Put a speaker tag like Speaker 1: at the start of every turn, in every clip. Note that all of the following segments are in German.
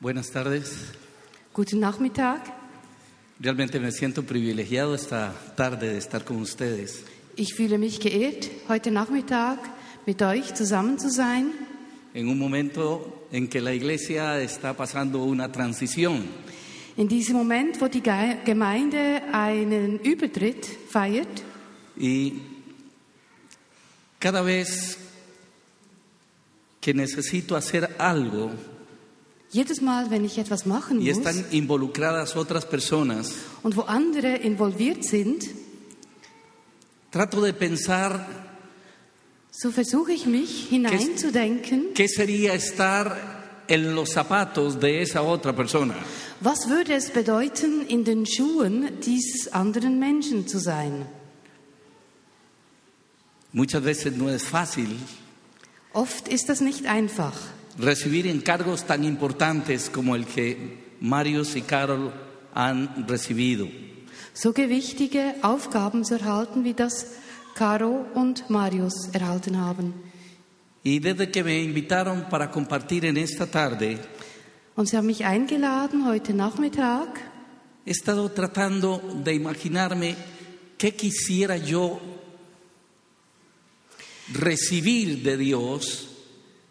Speaker 1: Buenas tardes.
Speaker 2: Guten Nachmittag.
Speaker 1: Realmente me siento privilegiado esta tarde de estar con ustedes.
Speaker 2: Ich fühle mich geehrt, heute Nachmittag mit euch zusammen zu sein,
Speaker 1: En un momento en que la iglesia está pasando una transición,
Speaker 2: in diesem Moment, wo die Ge- Gemeinde einen Übertritt feiert.
Speaker 1: Y cada vez que necesito hacer algo
Speaker 2: Jedes Mal, wenn ich etwas machen
Speaker 1: y
Speaker 2: muss
Speaker 1: están involucradas otras personas,
Speaker 2: und wo andere involviert sind,
Speaker 1: trato de pensar
Speaker 2: so versuche ich mich hineinzudenken,
Speaker 1: qué sería estar en los zapatos de esa otra persona.
Speaker 2: was würde es bedeuten, in den Schuhen dieses anderen Menschen zu sein.
Speaker 1: Muchas veces no es fácil
Speaker 2: Oft ist das nicht einfach.
Speaker 1: recibir encargos tan importantes como el que Marius y Carol han recibido.
Speaker 2: so gewichtige Aufgaben zu erhalten, wie das Caro und Marius erhalten haben.
Speaker 1: Y desde que me invitaron para compartir en esta tarde,
Speaker 2: Und sie haben mich eingeladen heute Nachmittag.
Speaker 1: He estado tratando de imaginarme qué quisiera yo recibir de Dios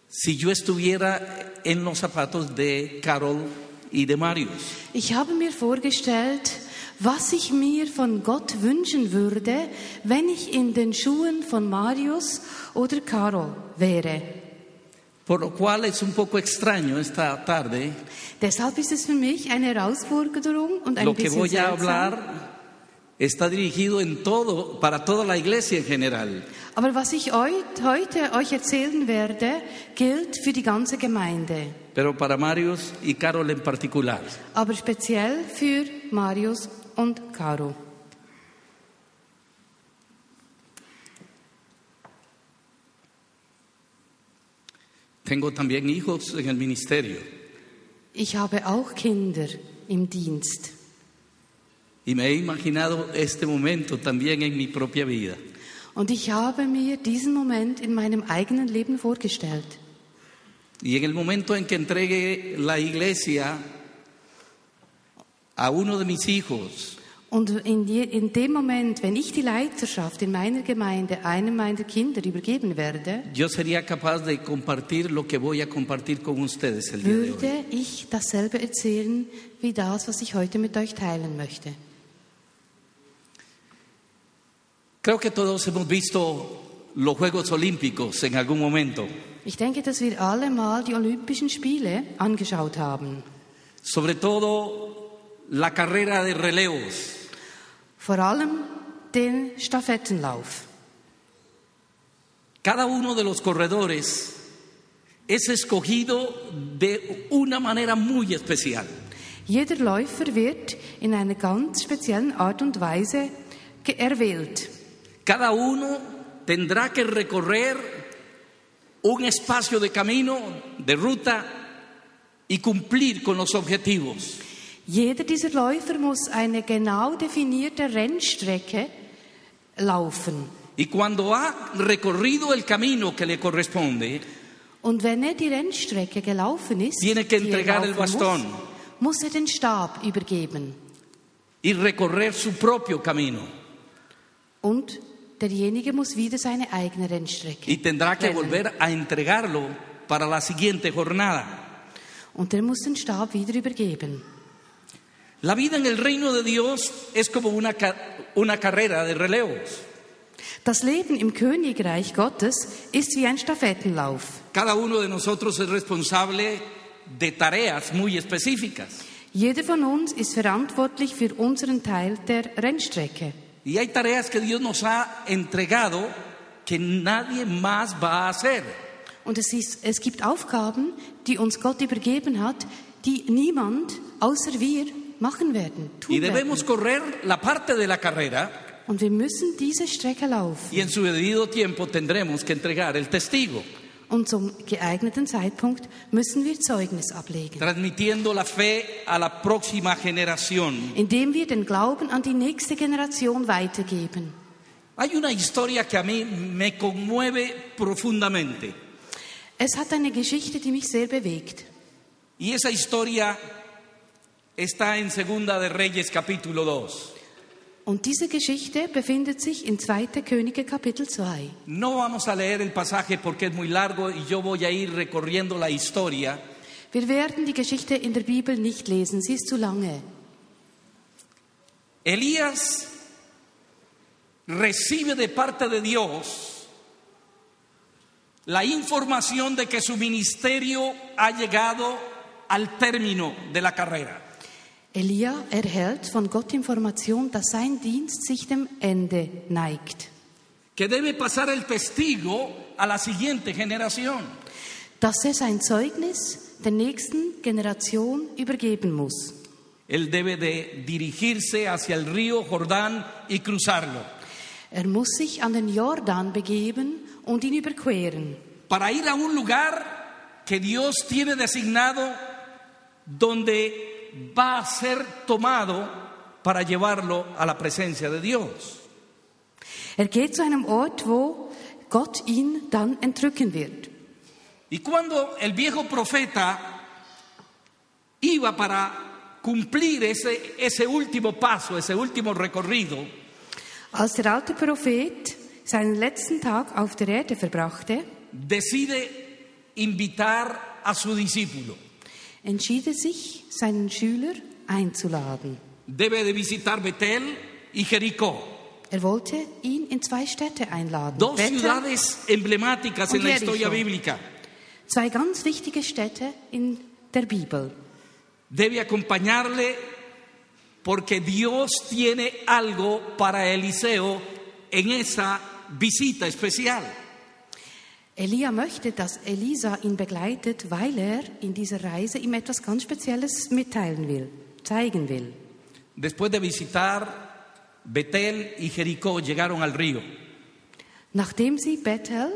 Speaker 1: si yo estuviera en los zapatos de Carol y de Marius.
Speaker 2: Ich habe mir vorgestellt, was ich mir von Gott wünschen würde, wenn ich in den Schuhen von Marius oder Caro wäre.
Speaker 1: Por lo cual es un poco extraño esta tarde
Speaker 2: Deshalb ist es für mich eine Herausforderung und ein
Speaker 1: lo que
Speaker 2: bisschen
Speaker 1: voy a
Speaker 2: seltsam.
Speaker 1: hablar. Está dirigido en todo, para toda la iglesia en general.
Speaker 2: Aber was ich eu- heute euch erzählen werde, gilt für die ganze Gemeinde.
Speaker 1: Pero para Marius y Carol en particular.
Speaker 2: aber speziell für Marius und Caro.
Speaker 1: Tengo también hijos en el ministerio
Speaker 2: Ich habe auch Kinder im Dienst
Speaker 1: y me he imaginado este momento también en mi propia vida.
Speaker 2: und ich habe mir diesen Moment in meinem eigenen Leben vorgestellt.
Speaker 1: Y en el momento en que entregue la iglesia a uno de mis hijos,
Speaker 2: Und in, je, in dem Moment, wenn ich die Leiterschaft in meiner Gemeinde einem meiner Kinder übergeben werde,
Speaker 1: yo sería capaz de compartir lo que voy a compartir con ustedes el día de hoy.
Speaker 2: würde ich dasselbe erzählen wie das, was ich heute mit euch teilen möchte.
Speaker 1: Creo que todos hemos visto los Juegos Olímpicos en algún momento,
Speaker 2: Ich denke, dass wir alle mal die Olympischen Spiele angeschaut haben.
Speaker 1: sobre todo la carrera de relevos.
Speaker 2: Vor allem den Stafettenlauf.
Speaker 1: Cada uno de los corredores es escogido de una manera muy especial.
Speaker 2: Jeder Läufer wird in einer ganz speziellen Art und Weise ge- erwählt.
Speaker 1: Cada uno tendrá que recorrer un espacio de camino, de ruta y cumplir con los objetivos.
Speaker 2: Jeder dieser Läufer muss eine genau definierte Rennstrecke laufen.
Speaker 1: Y cuando ha recorrido el camino que le corresponde,
Speaker 2: Und wenn er die Rennstrecke gelaufen ist,
Speaker 1: Tiene que
Speaker 2: die er
Speaker 1: entregar el
Speaker 2: laufen
Speaker 1: bastón.
Speaker 2: Muss, muss er den Stab übergeben.
Speaker 1: y recorrer su propio camino,
Speaker 2: Und derjenige muss wieder seine eigene Rennstrecke.
Speaker 1: y tendrá que
Speaker 2: Rennen.
Speaker 1: volver a entregarlo para la siguiente jornada.
Speaker 2: Und er muss den Stab wieder übergeben.
Speaker 1: La vida en el reino de Dios es como una, ca- una carrera de relevos.
Speaker 2: Das Leben im Königreich Gottes ist wie ein Stafettenlauf.
Speaker 1: Cada uno de nosotros es responsable de tareas muy específicas.
Speaker 2: Jeder von uns ist verantwortlich für unseren Teil der Rennstrecke.
Speaker 1: Y hay tareas que Dios nos ha entregado que nadie más va a hacer.
Speaker 2: Und es, ist, es gibt Aufgaben, die uns Gott übergeben hat, die niemand außer wir machen werden.
Speaker 1: Y
Speaker 2: Tun werden.
Speaker 1: debemos correr la parte de la carrera
Speaker 2: Und wir müssen diese Strecke laufen.
Speaker 1: y en su debido tiempo tendremos que entregar el testigo,
Speaker 2: Und zum geeigneten Zeitpunkt müssen wir Zeugnis ablegen,
Speaker 1: transmitiendo la fe a la próxima generación.
Speaker 2: indem wir den Glauben an die nächste Generation weitergeben.
Speaker 1: Hay una historia que a mí me conmueve profundamente
Speaker 2: Es hat eine Geschichte, die mich sehr bewegt.
Speaker 1: Y esa historia está en Segunda de Reyes capítulo 2.
Speaker 2: Und diese Geschichte befindet sich in 2. Könige Kapitel 2.
Speaker 1: No vamos a leer el pasaje porque es muy largo y yo voy a ir recorriendo la historia,
Speaker 2: Wir werden die Geschichte in der Bibel nicht lesen, sie ist zu lange.
Speaker 1: Elías recibe de parte de Dios la información de que su ministerio ha llegado al término de la carrera.
Speaker 2: Elia erhält von Gott Information, dass sein Dienst sich dem Ende neigt,
Speaker 1: que debe pasar el testigo a la siguiente generación.
Speaker 2: dass er sein Zeugnis der nächsten Generation übergeben muss.
Speaker 1: Él debe de dirigirse hacia el río Jordán y cruzarlo.
Speaker 2: Er muss sich an den Jordan begeben und ihn überqueren,
Speaker 1: Para ir a un lugar que Dios tiene designado donde va a ser tomado para llevarlo a la presencia de Dios.
Speaker 2: Er geht zu einem Ort, wo Gott ihn dann entrücken wird.
Speaker 1: Y cuando el viejo profeta iba para cumplir ese, ese último paso, ese último recorrido,
Speaker 2: Als der alte Prophet seinen letzten Tag auf der Erde verbrachte,
Speaker 1: decide invitar a su discípulo.
Speaker 2: entschied er sich, seinen Schüler einzuladen.
Speaker 1: Debe de visitar Betel y Jericó,
Speaker 2: Er wollte ihn in zwei Städte einladen.
Speaker 1: dos
Speaker 2: Bethel,
Speaker 1: ciudades emblemáticas en la
Speaker 2: Jericho.
Speaker 1: historia bíblica.
Speaker 2: Zwei ganz wichtige Städte in der Bibel.
Speaker 1: Debe acompañarle porque Dios tiene algo para Eliseo en esa visita especial.
Speaker 2: Elia möchte, dass Elisa ihn begleitet, weil er in dieser Reise ihm etwas ganz Spezielles mitteilen will, zeigen will.
Speaker 1: Después de visitar Betel y Jericó, llegaron al río.
Speaker 2: Nachdem sie Bethel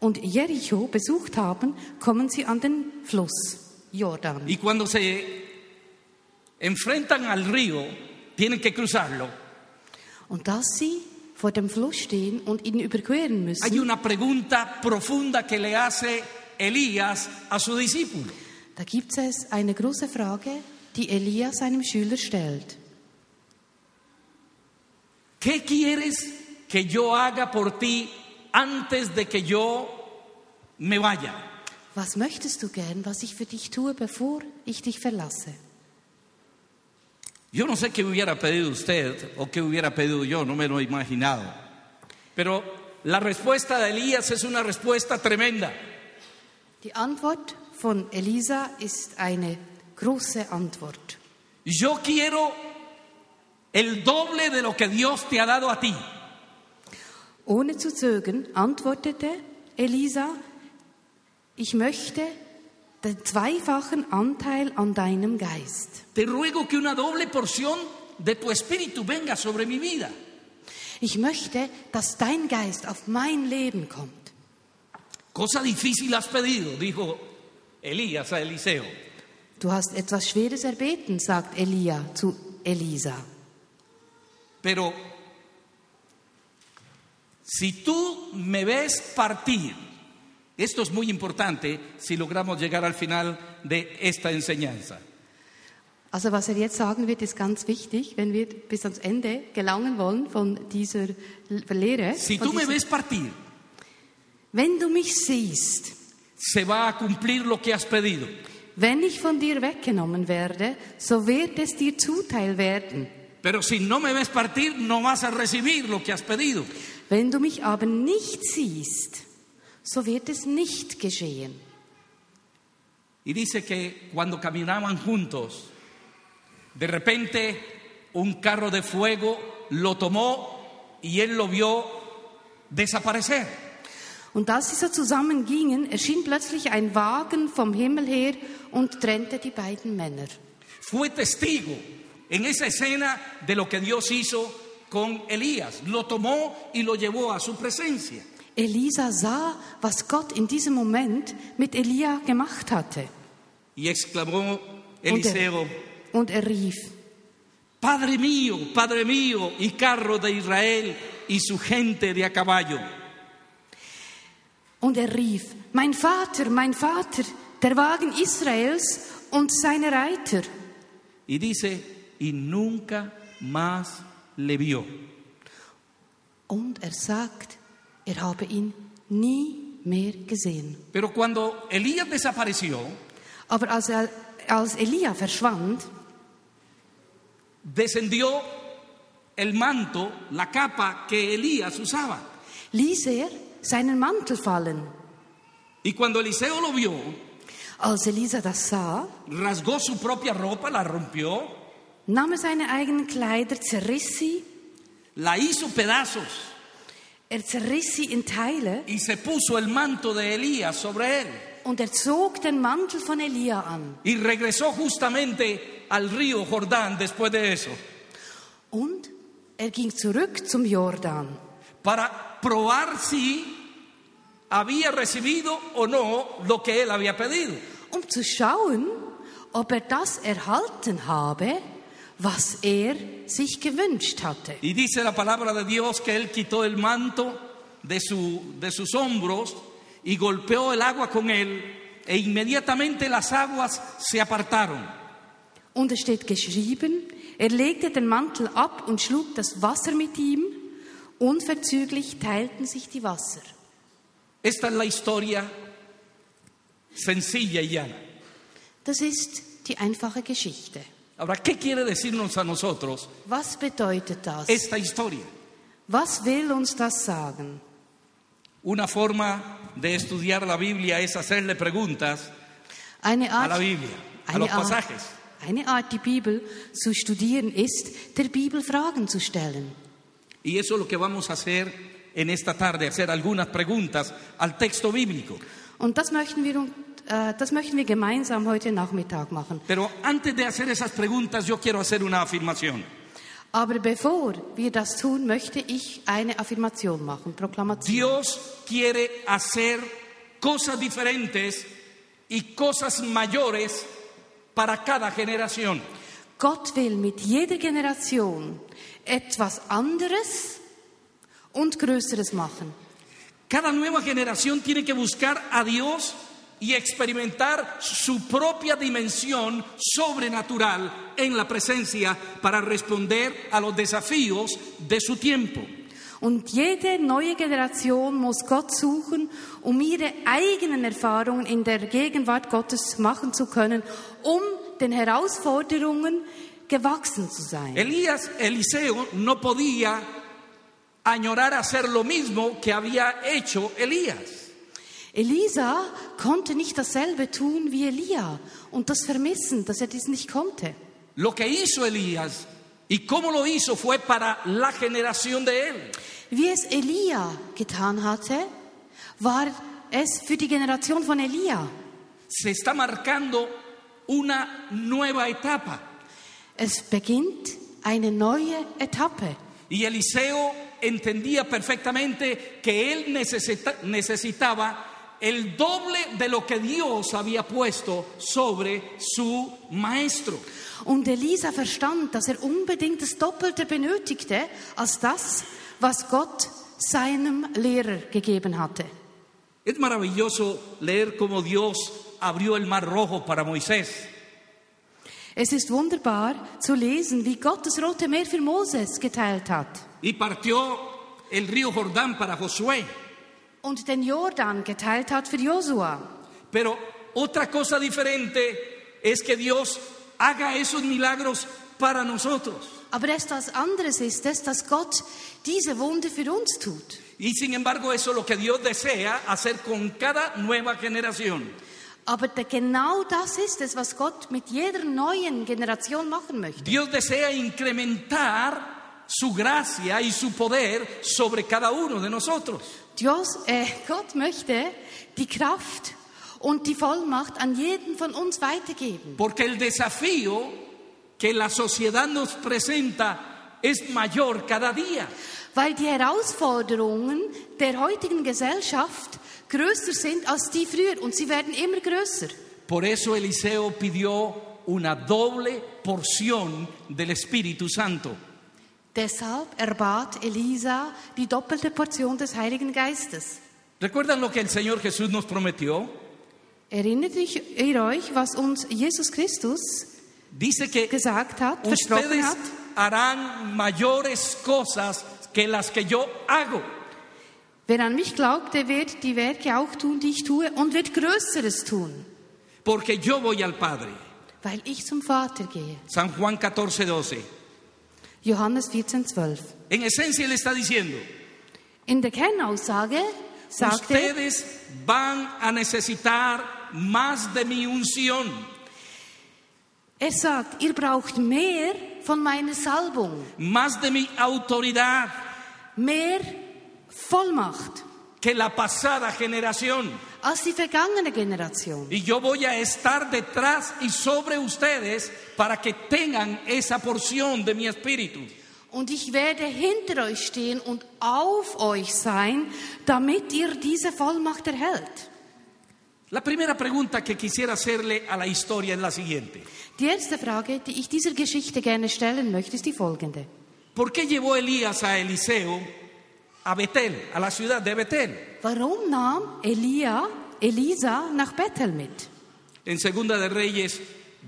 Speaker 2: und Jericho besucht haben, kommen sie an den Fluss Jordan.
Speaker 1: Y cuando se enfrentan al río, tienen que cruzarlo.
Speaker 2: Und dass sie vor dem Fluss stehen und ihn überqueren
Speaker 1: Hay
Speaker 2: müssen,
Speaker 1: una pregunta profunda que le hace Elías a su discípulo.
Speaker 2: da gibt es eine große Frage, die Elia seinem Schüler stellt.
Speaker 1: ¿Qué quieres que yo haga por ti antes de que yo me vaya?
Speaker 2: Was möchtest du gern, was ich für dich tue, bevor ich dich verlasse?
Speaker 1: Yo no sé qué hubiera pedido usted o qué hubiera pedido yo, no me lo he imaginado. Pero la respuesta de Elías es una respuesta tremenda.
Speaker 2: Die Antwort von Elisa ist eine große Antwort.
Speaker 1: Yo quiero el doble de lo que Dios te ha dado a ti.
Speaker 2: Ohne zu zögern antwortete Elisa, ich möchte den zweifachen Anteil an deinem Geist.
Speaker 1: Te ruego que una doble porción de tu espíritu venga sobre mi vida.
Speaker 2: Ich möchte, dass dein Geist auf mein Leben kommt.
Speaker 1: Cosa difícil has pedido, dijo Elías a Eliseo.
Speaker 2: Du hast etwas Schweres erbeten, sagt Elia zu Elisa.
Speaker 1: Pero si tú me ves partir, esto es muy importante si logramos llegar al final de esta enseñanza.
Speaker 2: Also was er jetzt sagen wird, ist ganz wichtig, wenn wir bis ans Ende gelangen wollen von dieser Lehre.
Speaker 1: Si
Speaker 2: von
Speaker 1: tú me
Speaker 2: diesem-
Speaker 1: ves partir,
Speaker 2: Wenn du mich siehst,
Speaker 1: se va a cumplir lo que has pedido.
Speaker 2: wenn ich von dir weggenommen werde, so wird es dir zuteil werden.
Speaker 1: Pero si no me ves partir, no vas a recibir lo que has pedido.
Speaker 2: Wenn du mich aber nicht siehst, so wird es nicht geschehen.
Speaker 1: Y dice que cuando caminaban juntos, de repente un carro de fuego lo tomó y él lo vio desaparecer.
Speaker 2: Und als sie so zusammengingen, erschien plötzlich ein Wagen vom Himmel her und trennte die beiden Männer.
Speaker 1: Fue testigo en esa escena de lo que Dios hizo con Elías. Lo tomó y lo llevó a su presencia.
Speaker 2: Elisa sah, was Gott in diesem Moment mit Elia gemacht hatte.
Speaker 1: Y exclamó
Speaker 2: Und
Speaker 1: Eliseo,
Speaker 2: er, und er rief,
Speaker 1: Padre mío, Padre mío, y carro de Israel y su gente de a caballo.
Speaker 2: und er rief, mein Vater, mein Vater, der Wagen Israels und seine Reiter.
Speaker 1: Y dice, y nunca más le vio.
Speaker 2: Und er sagt, er habe ihn nie mehr gesehen.
Speaker 1: Pero cuando Elías desapareció,
Speaker 2: Aber als, er, als Elia verschwand,
Speaker 1: descendió el manto, la capa que Elías usaba.
Speaker 2: ließ er seinen Mantel fallen.
Speaker 1: Y cuando Eliseo lo vio,
Speaker 2: Als Elisa das sah,
Speaker 1: rasgó su propia ropa, la rompió,
Speaker 2: nahm er seine eigenen Kleider, zerriss sie,
Speaker 1: la hizo pedazos
Speaker 2: er zerriss sie in Teile
Speaker 1: y se puso el manto de Elías sobre él.
Speaker 2: und er zog den Mantel von Elia an.
Speaker 1: Y regresó justamente al río Jordán después de eso,
Speaker 2: Und er ging zurück zum Jordan,
Speaker 1: para probar si había recibido o no lo que él había pedido.
Speaker 2: um zu schauen, ob er das erhalten habe, was er sich gewünscht hatte.
Speaker 1: Y dice la palabra de Dios que él quitó el manto de, su- de sus hombros y golpeó el agua con él, e inmediatamente las aguas se apartaron.
Speaker 2: Und es steht geschrieben, er legte den Mantel ab und schlug das Wasser mit ihm, unverzüglich teilten sich die Wasser.
Speaker 1: Esta es la historia sencilla y llana.
Speaker 2: Das ist die einfache Geschichte.
Speaker 1: Ahora, ¿qué quiere decirnos a nosotros
Speaker 2: Was bedeutet das?
Speaker 1: esta historia?
Speaker 2: Was will uns das sagen?
Speaker 1: Una forma de estudiar la Biblia es hacerle preguntas
Speaker 2: Eine
Speaker 1: a
Speaker 2: Art,
Speaker 1: la Biblia, a los
Speaker 2: eine, Art,
Speaker 1: pasajes.
Speaker 2: eine Art, die Bibel zu studieren, ist, der Bibel Fragen zu stellen.
Speaker 1: Y eso es lo que vamos a hacer en esta tarde, hacer algunas preguntas al texto bíblico.
Speaker 2: Und das möchten wir, und, äh, das möchten wir gemeinsam heute Nachmittag machen.
Speaker 1: Pero antes de hacer esas preguntas, yo quiero hacer una afirmación.
Speaker 2: Aber bevor wir das tun, möchte ich eine Affirmation machen, Proklamation.
Speaker 1: Dios quiere hacer cosas diferentes y cosas mayores para cada generación.
Speaker 2: Gott will mit jeder Generation etwas anderes und Größeres machen.
Speaker 1: Cada nueva generación tiene que buscar a Dios y experimentar su propia dimensión sobrenatural en la presencia para responder a los desafíos de su tiempo.
Speaker 2: Und jede neue Generation muss Gott suchen, um ihre eigenen Erfahrungen in der Gegenwart Gottes machen zu können, um den Herausforderungen gewachsen zu sein.
Speaker 1: Elías, Eliseo no podía añorar hacer lo mismo que había hecho Elías.
Speaker 2: Elisa konnte nicht dasselbe tun wie Elia und das vermissen, dass er dies nicht konnte.
Speaker 1: Lo que hizo Elías y cómo lo hizo fue para la generación de él.
Speaker 2: Wie es Elia getan hatte, war es für die Generation von Elia.
Speaker 1: Se está marcando una nueva etapa.
Speaker 2: Es beginnt eine neue Etappe.
Speaker 1: Y Eliseo entendía perfectamente que él necesita- necesitaba el doble de lo que Dios había puesto sobre su maestro.
Speaker 2: Und Elisa verstand, dass er unbedingt das Doppelte benötigte als das, was Gott seinem Lehrer gegeben hatte.
Speaker 1: Es maravilloso leer cómo Dios abrió el mar rojo para Moisés.
Speaker 2: Es ist wunderbar zu lesen, wie Gott das Rote Meer für Moses geteilt hat
Speaker 1: Y partió el río Jordán para Josué.
Speaker 2: und den Jordan geteilt hat für Josua.
Speaker 1: Pero otra cosa diferente es que Dios haga esos milagros para nosotros.
Speaker 2: Aber etwas anderes ist es, dass Gott diese Wunder für uns tut.
Speaker 1: Y sin embargo, eso es lo que Dios desea hacer con cada nueva generación.
Speaker 2: Aber da- genau das ist es, was Gott mit jeder neuen Generation machen möchte.
Speaker 1: Dios desea incrementar su gracia y su poder sobre cada uno de nosotros.
Speaker 2: Dios, äh, Gott möchte die Kraft und die Vollmacht an jeden von uns weitergeben.
Speaker 1: Porque el desafío que la sociedad nos presenta es mayor cada día.
Speaker 2: Weil die Herausforderungen der heutigen Gesellschaft größer sind als die früher und sie werden immer größer.
Speaker 1: Por eso Eliseo pidió una doble porción del Espíritu Santo.
Speaker 2: Deshalb erbat Elisa die doppelte Portion des Heiligen Geistes.
Speaker 1: ¿Recuerdan lo que el Señor Jesús nos prometió?
Speaker 2: Erinnert ich, ihr euch, was uns Jesus Christus
Speaker 1: Dice que
Speaker 2: gesagt hat, versprochen
Speaker 1: ustedes
Speaker 2: hat?
Speaker 1: harán mayores cosas que las que yo hago.
Speaker 2: Wer an mich glaubt, der wird die Werke auch tun, die ich tue, und wird Größeres tun,
Speaker 1: Porque yo voy al Padre.
Speaker 2: weil ich zum Vater gehe.
Speaker 1: San Juan 14, 12.
Speaker 2: Johannes 14, 12.
Speaker 1: En esencia, él está diciendo:
Speaker 2: In der Kernaussage sagt er,
Speaker 1: Ustedes van a necesitar más de mi unción,
Speaker 2: er sagt, ihr braucht mehr von meiner Salbung,
Speaker 1: más de mi autoridad
Speaker 2: mehr Vollmacht
Speaker 1: que la pasada generación.
Speaker 2: als die vergangene Generation.
Speaker 1: Y yo voy a estar detrás y sobre ustedes para que tengan esa porción de mi espíritu.
Speaker 2: Und ich werde hinter euch stehen und auf euch sein, damit ihr diese Vollmacht erhält.
Speaker 1: La primera pregunta que quisiera hacerle a la historia es la siguiente.
Speaker 2: Die erste Frage, die ich dieser Geschichte gerne stellen möchte, ist die folgende.
Speaker 1: ¿Por qué llevó Elías a Eliseo a Betel, a la ciudad de Betel?
Speaker 2: Warum nahm Elia Elisa nach Bethel mit?
Speaker 1: En Segunda de Reyes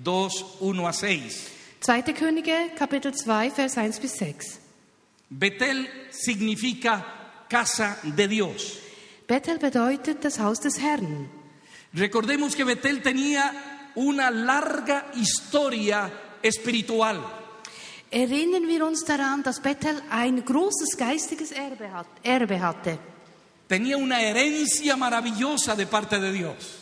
Speaker 1: 2, 1 a 6.
Speaker 2: 2. Könige, Kapitel 2, Vers 1 bis 6.
Speaker 1: Betel significa casa de Dios.
Speaker 2: Bethel bedeutet das Haus des Herrn.
Speaker 1: Recordemos que Betel tenía una larga historia espiritual.
Speaker 2: Erinnern wir uns daran, dass Bethel ein großes geistiges Erbe, hat, Erbe hatte.
Speaker 1: Tenía una herencia maravillosa de parte de Dios.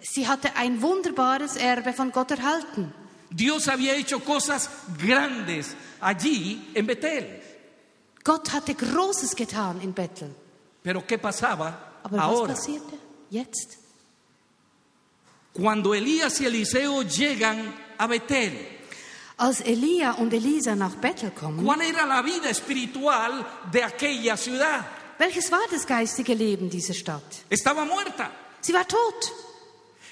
Speaker 2: Sie hatte ein wunderbares Erbe von Gott erhalten.
Speaker 1: Dios había hecho cosas grandes allí en Betel.
Speaker 2: Gott hatte Großes getan in Bethel.
Speaker 1: Pero ¿qué pasaba
Speaker 2: Aber
Speaker 1: ahora?
Speaker 2: was passierte jetzt?
Speaker 1: Cuando Elías y Eliseo llegan a Betel,
Speaker 2: Als Elia und Elisa nach Bethel kommen,
Speaker 1: ¿cuál era la vida espiritual de aquella ciudad?
Speaker 2: welches war das geistige Leben dieser Stadt?
Speaker 1: Estaba muerta.
Speaker 2: Sie war tot.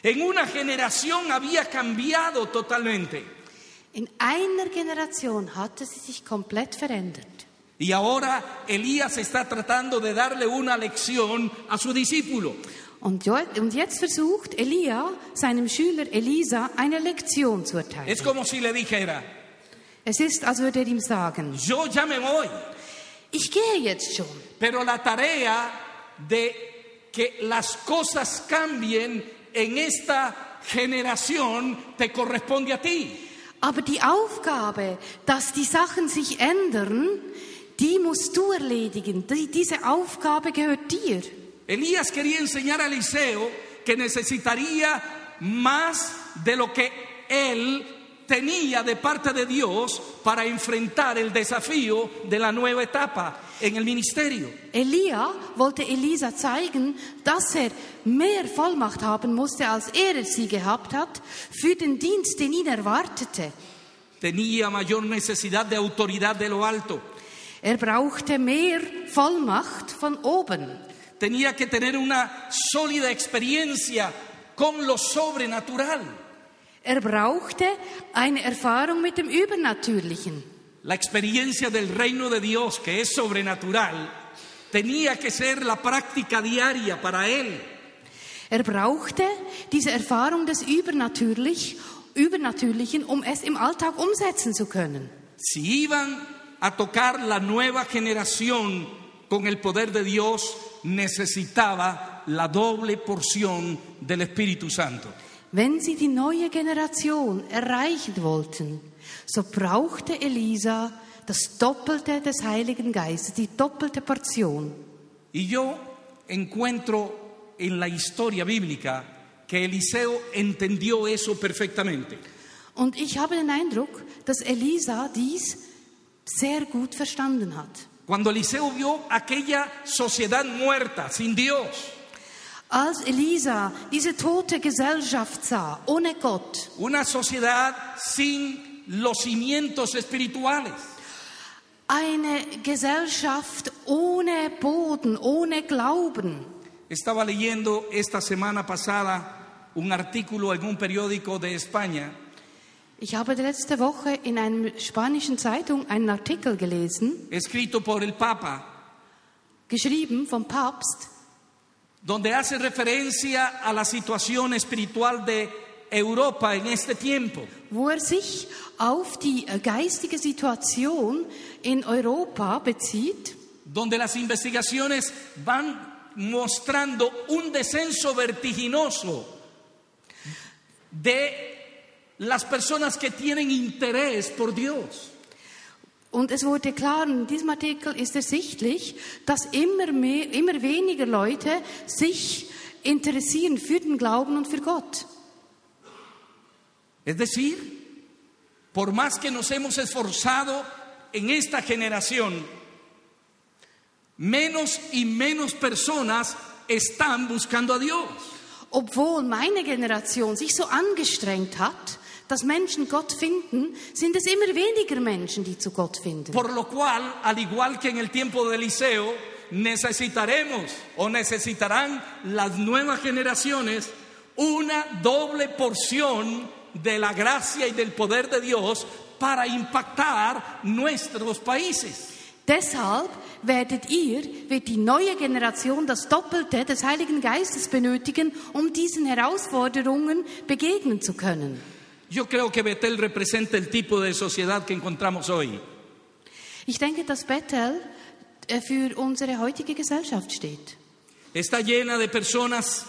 Speaker 1: En una generación había cambiado totalmente.
Speaker 2: In einer Generation hatte sie sich komplett verändert.
Speaker 1: Y ahora Elías está tratando de darle una lección a su discípulo.
Speaker 2: Und, jo- und jetzt versucht Elia seinem Schüler Elisa eine Lektion zu erteilen.
Speaker 1: Es como si le dijera,
Speaker 2: Es ist, als würde er ihm sagen,
Speaker 1: yo ya me voy,
Speaker 2: ich gehe jetzt schon,
Speaker 1: pero la tarea de que las cosas cambien en esta generación te corresponde a ti.
Speaker 2: aber die Aufgabe, dass die Sachen sich ändern, die musst du erledigen. Die, diese Aufgabe gehört dir.
Speaker 1: Elías quería enseñar a Eliseo que necesitaría más de lo que él tenía de parte de Dios para enfrentar el desafío de la nueva etapa en el ministerio.
Speaker 2: Elia wollte Elisa zeigen, dass er mehr Vollmacht haben musste, als er sie gehabt hat, für den Dienst, den ihn erwartete.
Speaker 1: Tenía mayor necesidad de autoridad de lo alto.
Speaker 2: Er brauchte mehr Vollmacht von oben.
Speaker 1: Tenía que tener una sólida experiencia con lo sobrenatural.
Speaker 2: Er brauchte eine Erfahrung mit dem Übernatürlichen.
Speaker 1: La experiencia del reino de Dios, que es sobrenatural, tenía que ser la práctica diaria para él.
Speaker 2: Er brauchte diese Erfahrung des Übernatürlich, Übernatürlichen, um es im Alltag umsetzen zu können.
Speaker 1: Si iban a tocar la nueva generación con el poder de Dios, necesitaba la doble porción del Espíritu Santo.
Speaker 2: Wenn sie die neue Generation erreichen wollten, so brauchte Elisa das Doppelte des Heiligen Geistes, die doppelte Portion.
Speaker 1: Y yo encuentro en la historia bíblica que Eliseo entendió eso perfectamente.
Speaker 2: Und ich habe den Eindruck, dass Elisa dies sehr gut verstanden hat.
Speaker 1: Cuando Eliseo vio aquella sociedad muerta, sin Dios,
Speaker 2: Als Elisa diese tote Gesellschaft sah, ohne Gott,
Speaker 1: una sociedad sin los cimientos espirituales,
Speaker 2: eine Gesellschaft ohne Boden, ohne Glauben.
Speaker 1: Estaba leyendo esta semana pasada un artículo en un periódico de España
Speaker 2: Ich habe letzte Woche in einer spanischen Zeitung einen Artikel gelesen,
Speaker 1: escrito por el Papa
Speaker 2: geschrieben vom Papst,
Speaker 1: donde hace referencia a la situación espiritual de Europa en este tiempo.
Speaker 2: wo er sich auf die äh, geistige Situation in Europa bezieht,
Speaker 1: donde las investigaciones van mostrando un descenso vertiginoso de las personas que tienen interés por Dios.
Speaker 2: Und es wurde klar, in diesem Artikel ist ersichtlich, dass immer, mehr, immer weniger Leute sich interessieren für den Glauben und für Gott.
Speaker 1: Es decir, por más que nos hemos esforzado en esta generación, menos y menos personas están buscando a Dios.
Speaker 2: Obwohl meine Generation sich so angestrengt hat, dass Menschen Gott finden, sind es immer weniger Menschen, die zu Gott finden.
Speaker 1: Por lo cual, al igual que en el tiempo de Eliseo, necesitaremos o necesitarán las nuevas generaciones una doble porción de la gracia y del poder de Dios para impactar nuestros países.
Speaker 2: Deshalb werdet ihr, wird die neue Generation das Doppelte des Heiligen Geistes benötigen, um diesen Herausforderungen begegnen zu können.
Speaker 1: Yo creo que Betel representa el tipo de sociedad que encontramos hoy.
Speaker 2: Ich denke, dass Bethel äh, für unsere heutige Gesellschaft steht.
Speaker 1: Está llena de personas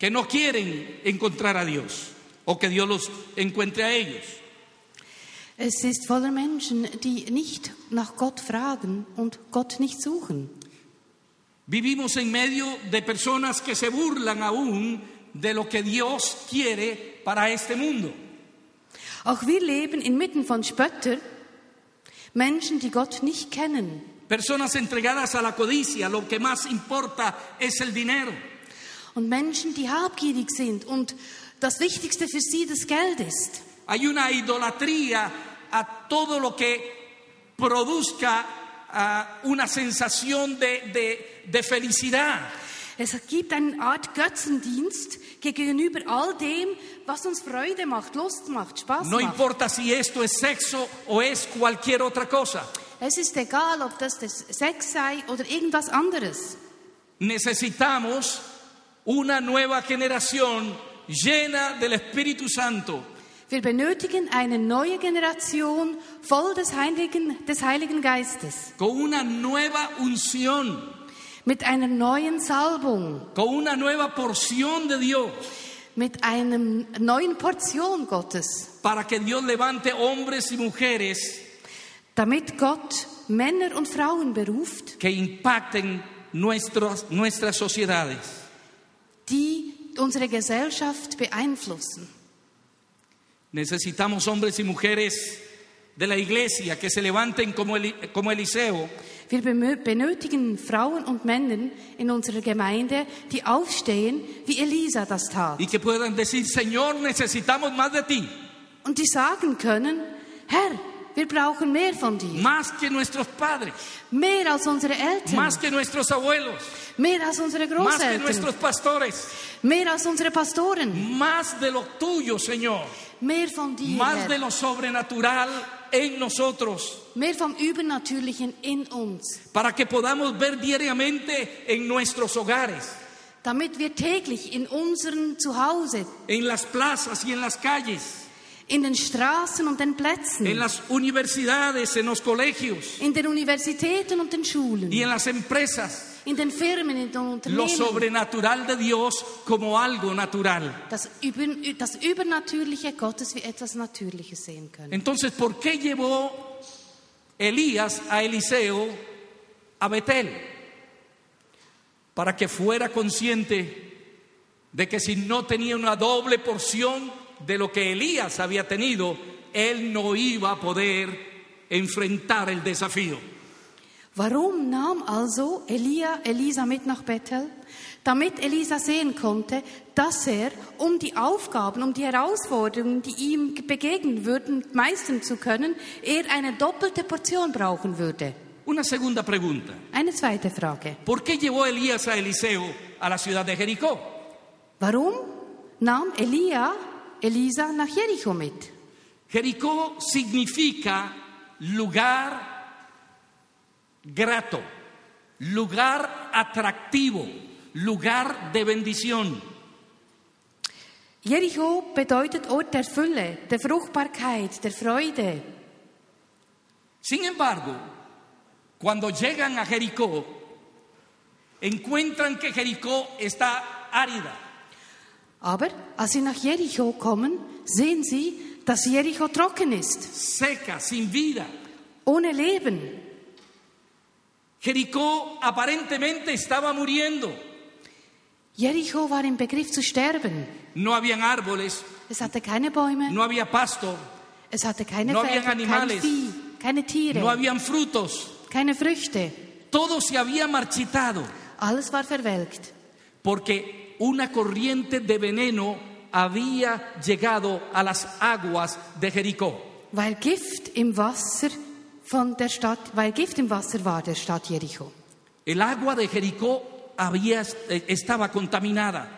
Speaker 1: que no quieren encontrar a Dios o que Dios los encuentre a ellos.
Speaker 2: Es ist voller Menschen, die nicht nach Gott fragen und Gott nicht suchen.
Speaker 1: Vivimos en medio de personas que se burlan aún de lo que Dios quiere para este mundo.
Speaker 2: Auch wir leben inmitten von Spötter, Menschen, die Gott nicht kennen.
Speaker 1: Personas entregadas a la codicia, lo que más importa es el dinero.
Speaker 2: Und Menschen, die habgierig sind und das Wichtigste für sie das Geld ist.
Speaker 1: Hay una idolatría a todo lo que produzca ah, una sensación de, de- de felicidad.
Speaker 2: Es gibt eine Art Götzendienst gegenüber all dem, was uns Freude macht, Lust macht, Spaß
Speaker 1: No
Speaker 2: macht.
Speaker 1: importa si esto es sexo o es cualquier otra cosa.
Speaker 2: Es ist egal, ob das des Sex sei oder irgendwas anderes.
Speaker 1: Necesitamos una nueva generación llena del Espíritu Santo
Speaker 2: Wir benötigen eine neue Generation voll des Heiligen, des Heiligen Geistes,
Speaker 1: con una nueva unción,
Speaker 2: mit einer neuen Salbung,
Speaker 1: con una nueva porción de Dios,
Speaker 2: mit einer neuen Portion Gottes,
Speaker 1: para que Dios levante hombres y mujeres
Speaker 2: damit Gott Männer und Frauen beruft,
Speaker 1: que impacten nuestras, nuestras sociedades.
Speaker 2: die unsere Gesellschaft beeinflussen.
Speaker 1: Necesitamos hombres y mujeres de la iglesia que se levanten como, Eli- como Eliseo
Speaker 2: Wir bemö- benötigen Frauen und Männer in unserer Gemeinde, die aufstehen, wie Elisa das tat.
Speaker 1: y que puedan decir, Señor, necesitamos más de ti,
Speaker 2: Und die sagen können, Herr, wir brauchen mehr von dir.
Speaker 1: más que nuestros padres,
Speaker 2: Mehr als unsere Eltern,
Speaker 1: más que nuestros abuelos,
Speaker 2: mehr als unsere
Speaker 1: más que
Speaker 2: Großeltern,
Speaker 1: nuestros pastores,
Speaker 2: mehr als unsere Pastoren,
Speaker 1: más de lo tuyo, Señor.
Speaker 2: mehr von dir,
Speaker 1: más de
Speaker 2: Herr.
Speaker 1: lo sobrenatural en nosotros,
Speaker 2: mehr vom Übernatürlichen in uns,
Speaker 1: para que podamos ver diariamente en nuestros hogares,
Speaker 2: damit wir täglich in unserem Zuhause,
Speaker 1: en las plazas y en las calles,
Speaker 2: in den Straßen und den Plätzen,
Speaker 1: en las universidades, en los colegios
Speaker 2: in den Universitäten und den Schulen,
Speaker 1: y en las empresas,
Speaker 2: in den Firmen, in den
Speaker 1: lo
Speaker 2: Unternehmen,
Speaker 1: sobrenatural de Dios como algo natural.
Speaker 2: das, Über, das Übernatürliche Gottes wie etwas Natürliches sehen können.
Speaker 1: Entonces, ¿por qué llevó Elías a Eliseo a Betel? Para que fuera consciente de que si no tenía una doble porción de lo que Elías había tenido, él no iba a poder enfrentar el desafío.
Speaker 2: Warum nahm also Elia Elisa mit nach Bethel? Damit Elisa sehen konnte, dass er, um die Aufgaben, um die Herausforderungen, die ihm begegnen würden, meistern zu können, er eine doppelte Portion brauchen würde.
Speaker 1: Una segunda pregunta.
Speaker 2: Eine zweite Frage.
Speaker 1: ¿Por qué llevó Elías a Eliseo a la ciudad de Jericó?
Speaker 2: Warum nahm Elia Elisa nach Jericho mit?
Speaker 1: Jericó significa lugar grato, lugar atractivo, lugar de bendición.
Speaker 2: Jericho bedeutet Ort der Fülle, der Fruchtbarkeit, der Freude.
Speaker 1: Sin embargo, cuando llegan a Jericó, encuentran que Jericó está árida.
Speaker 2: Aber als sie nach Jericho kommen, sehen sie, dass Jericho trocken ist,
Speaker 1: seca, sin vida.
Speaker 2: ohne Leben.
Speaker 1: Jericó aparentemente estaba muriendo.
Speaker 2: Jericho war im Begriff zu sterben.
Speaker 1: No habían árboles,
Speaker 2: Es hatte keine Bäume,
Speaker 1: no había pasto,
Speaker 2: es hatte keine
Speaker 1: No
Speaker 2: Felder,
Speaker 1: habían
Speaker 2: kein
Speaker 1: animales.
Speaker 2: Vieh, keine Tiere,
Speaker 1: no habían frutos.
Speaker 2: keine Früchte.
Speaker 1: Todo se había marchitado
Speaker 2: Alles war verwelkt,
Speaker 1: porque una corriente de veneno había llegado a las aguas de Jericó.
Speaker 2: weil Gift im Wasser von der Stadt, weil Gift im Wasser war der Stadt Jericho.
Speaker 1: El agua de Jericó había, eh, estaba contaminada.